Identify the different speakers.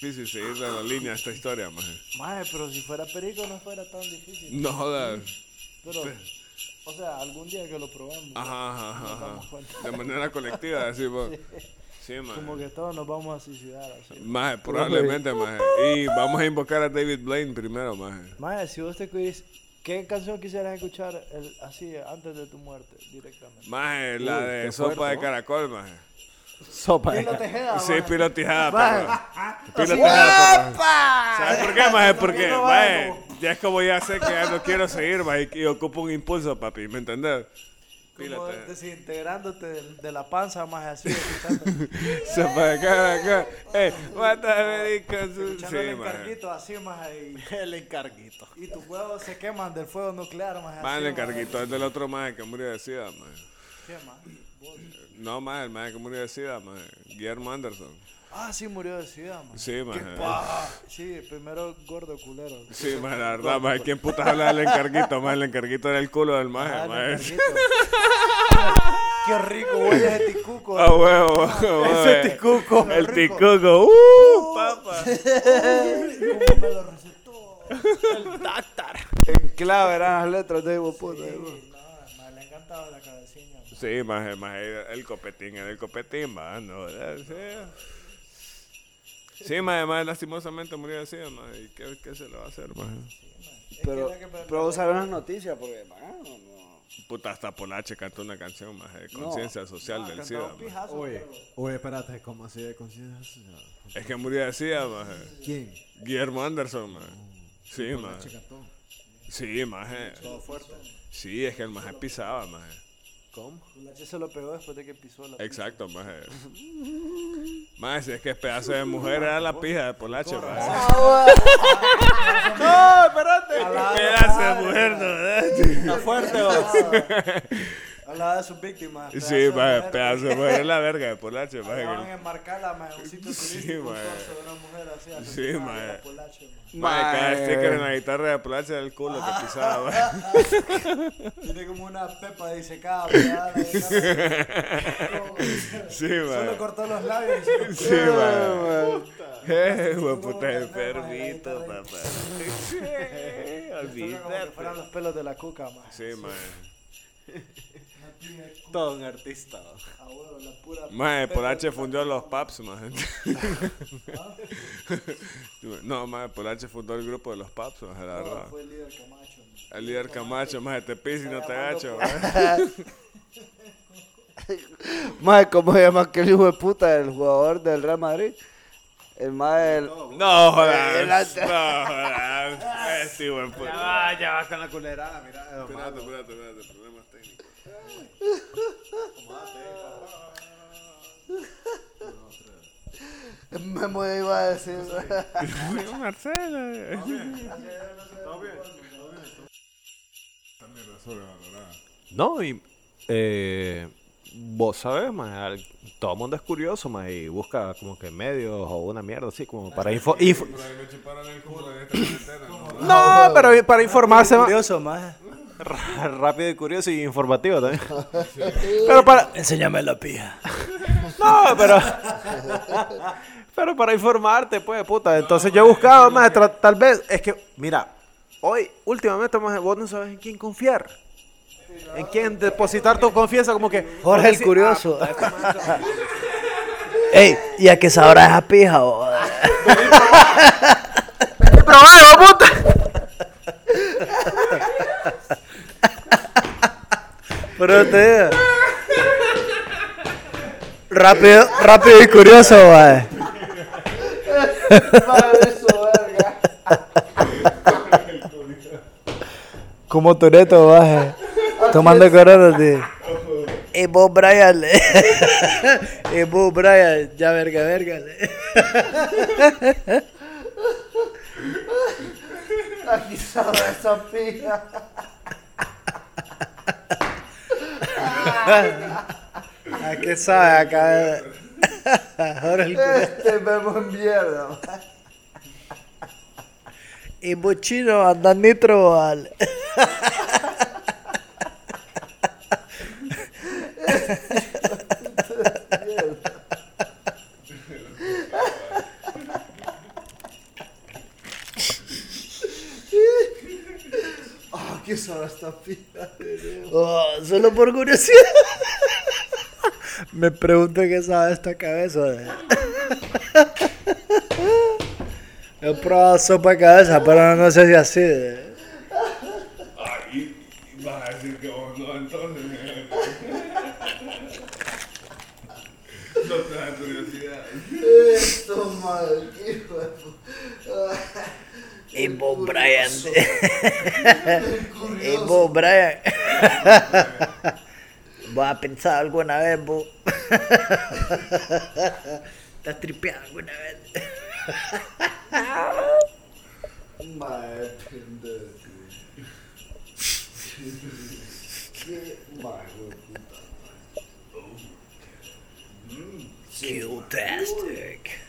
Speaker 1: difícil seguir la línea de esta historia, maje.
Speaker 2: Maje, pero si fuera perico no fuera tan difícil.
Speaker 1: No jodas.
Speaker 2: Pero, o sea, algún día que lo probamos.
Speaker 1: Ajá, ajá, ajá,
Speaker 2: Nos damos
Speaker 1: ajá.
Speaker 2: cuenta.
Speaker 1: De manera colectiva, así, vos. Sí, maje.
Speaker 2: Como que todos nos vamos a suicidar. Así.
Speaker 1: Maje, probablemente, maje. Y vamos a invocar a David Blaine primero, maje.
Speaker 2: Maje, si vos te cuides, ¿qué canción quisieras escuchar el- así antes de tu muerte directamente?
Speaker 1: Maje, la
Speaker 3: Uy,
Speaker 1: de
Speaker 3: qué
Speaker 1: sopa
Speaker 3: fuerte,
Speaker 1: de
Speaker 3: ¿no?
Speaker 1: caracol, maje.
Speaker 3: Sopa de
Speaker 2: Pilo Tejeda,
Speaker 1: Sí,
Speaker 2: maje.
Speaker 1: pilotijada,
Speaker 2: Maje.
Speaker 1: perro.
Speaker 2: Así-
Speaker 1: Pilotijada, perro. ¿Sabes por qué, maje? Porque,
Speaker 2: También no
Speaker 1: maje,
Speaker 2: vale como-
Speaker 1: ya es como ya sé que ya no quiero seguir, maje, y ocupo un impulso, papi, ¿me entendés?
Speaker 2: Como
Speaker 1: Pilotijada.
Speaker 2: desintegrándote de, de la panza, más así, escuchando,
Speaker 1: Sopa de caracol. Eh, what the fuck, su-
Speaker 2: escuchando el
Speaker 1: Sí, maje.
Speaker 2: encarguito, así, más ahí.
Speaker 3: El encarguito.
Speaker 2: Y tus huevos se queman del fuego nuclear, más así.
Speaker 1: Maje, el
Speaker 2: maje.
Speaker 1: encarguito es del otro maje que murió de sida, maje.
Speaker 2: ¿Qué, maje? Vos-
Speaker 1: No, maje, el maje que murió de sida, maje. Guillermo Anderson.
Speaker 2: Ah, sí, murió de sida, maje.
Speaker 1: Sí, maje.
Speaker 2: Ah, sí, primero gordo culero.
Speaker 1: Sí, maje, la verdad, maje, ¿quién putas habla del encarguito, maje? El encarguito era el culo del maje,
Speaker 2: Ah, el
Speaker 1: maje.
Speaker 2: encarguito. Qué rico huele ese ticuco. ¿eh?
Speaker 1: Ah, huevo, huevo,
Speaker 3: Ese
Speaker 1: eh.
Speaker 3: ticuco.
Speaker 1: El
Speaker 2: rico.
Speaker 1: ticuco, uh, papa.
Speaker 2: Como me lo recetó.
Speaker 3: El táctar.
Speaker 2: En clave eran las letras de Evo Puta. no, ma, le encantaba la cabecilla. ma.
Speaker 1: Sí, más, más el copetín, era el copetín, más, no, ¿verdad? sí. Sí, más, más, lastimosamente murió así, más, ¿y qué, qué se le va a hacer, más?
Speaker 3: Pero, pero vos sabés las noticias, porque, man, no.
Speaker 1: Puta, hasta Polache cantó una canción, más, de conciencia social del SIDA,
Speaker 2: Cantaba un
Speaker 1: maje.
Speaker 2: pijazo,
Speaker 4: Oye,
Speaker 2: pero-
Speaker 4: oye, espérate, ¿cómo así de conciencia?
Speaker 1: Es que murió así, más,
Speaker 4: ¿Quién?
Speaker 1: Guillermo Anderson, más. Sí, más,
Speaker 4: Chacatón.
Speaker 1: sí, más, sí, es que el más pisaba, más.
Speaker 4: ¿Cómo?
Speaker 2: Pulache se lo pegó después de que pisó la.
Speaker 1: Exacto, más. Más, es que es pedazo de mujer era la pija de Polache, más.
Speaker 2: Ah,
Speaker 3: ¡No, espérate!
Speaker 1: Pedazo de mujer, no, eh. ¿verdad?
Speaker 3: Está fuerte, vos.
Speaker 2: Hablaba de sus víctimas.
Speaker 1: Sí, maje,
Speaker 2: pedazo.
Speaker 1: pedazo de mujer, la verga de Polache, maje.
Speaker 2: Estaban enmarcada, maje, un sitio
Speaker 1: Sí,
Speaker 2: turístico, un
Speaker 1: maje.
Speaker 2: torso de una mujer así.
Speaker 1: Sí,
Speaker 2: asesinada,
Speaker 1: maje.
Speaker 2: la Polache, maje.
Speaker 1: Maje, cada
Speaker 3: Maje.
Speaker 1: sticker en la guitarra de Polache era el culo que pisaba, maje.
Speaker 2: Tiene como una pepa disecada. pegada a la guitarra. Como-
Speaker 1: Sí,
Speaker 2: Solo
Speaker 1: maje.
Speaker 2: cortó los labios. y se los-
Speaker 1: Sí, maje. Eh, puta enfermito,
Speaker 2: maje, la
Speaker 1: papá. Sí,
Speaker 2: Toca como que fueran
Speaker 1: olvídate.
Speaker 2: los pelos de la cuca, maje.
Speaker 1: Sí, maje.
Speaker 2: Una piña de cuca,
Speaker 3: Todo un artista, vos.
Speaker 2: a Ah, huevo, la pura
Speaker 1: Maje,
Speaker 2: pepa
Speaker 1: Polache
Speaker 2: de la
Speaker 1: fundió
Speaker 2: cuca.
Speaker 1: los Paps, maje. No, maje, Polache fundó el grupo de los Paps, maje, la
Speaker 2: No,
Speaker 1: verdad.
Speaker 2: fue el líder Camacho, maje.
Speaker 1: El líder Camacho, maje, te pis y no te agacho, maje.
Speaker 3: Mae, ¿cómo se llama aquel hijo de puta? El jugador del Real Madrid. El mae del.
Speaker 1: No,
Speaker 3: Eh,
Speaker 1: jodas.
Speaker 3: la-
Speaker 1: No, jodas. Eh, Sí, buen puto.
Speaker 4: Ah, ya vas con la culerada, mira.
Speaker 1: Espérate, espérate, espérate, problemas técnicos.
Speaker 3: Memo iba a decir.
Speaker 1: Marcelo.
Speaker 4: No, y. Eh, vos sabés, man. Todo el mundo es curioso, man. Y busca como que medios o una mierda así, como para info. info- no, pero i- para informarse más.
Speaker 2: Curioso, maje.
Speaker 4: Rápido y curioso y informativo también. Pero para.
Speaker 2: Enséñame la pija.
Speaker 4: No, pero. pero para informarte, pues, puta. Entonces yo he buscado, más tal vez. Es que, mira, hoy, últimamente, maje, vos no sabes en quién confiar. En quién depositar tu confianza, como que.
Speaker 3: Jorge el
Speaker 4: sí,
Speaker 3: curioso.
Speaker 4: ah, puta, este maje-
Speaker 3: Ey, ¿y a qué sabrá esa pija, vos? Pero te digo. Rápido, rápido y curioso, mae. Como Toreto, baje. Tomando corona, tío. Y vos, Brian. le- y Eh, vos, Brian. Ya, verga, verga. le.
Speaker 2: Aquí sabe esa pija.
Speaker 3: ¿A Ah, qué sabe acá? Ahora el culo.
Speaker 2: Este memo en mierda, maje.
Speaker 3: Y vos, chino, anda nitro, vale. zapillas de nuevo.
Speaker 2: Oh, solo por curiosidad. Me pregunto qué sabe esta cabeza. de- He probado sopa de cabeza, pero no sé si así. de-
Speaker 1: Ay, y vas a decir que vos no, entonces. no te da curiosidad.
Speaker 3: Esto, madre, qué hijo de pu- Ah,
Speaker 2: Y
Speaker 3: el
Speaker 2: Bob
Speaker 3: curioso,
Speaker 2: Bryan.
Speaker 3: el
Speaker 2: Eh,
Speaker 3: curioso.
Speaker 2: vos, Brian. ¿Vos has pensado alguna vez, vos? ¿Te has tripeado alguna vez?
Speaker 3: Madre, pendejo. Qué madre, hijo de puta.
Speaker 2: Fantastic.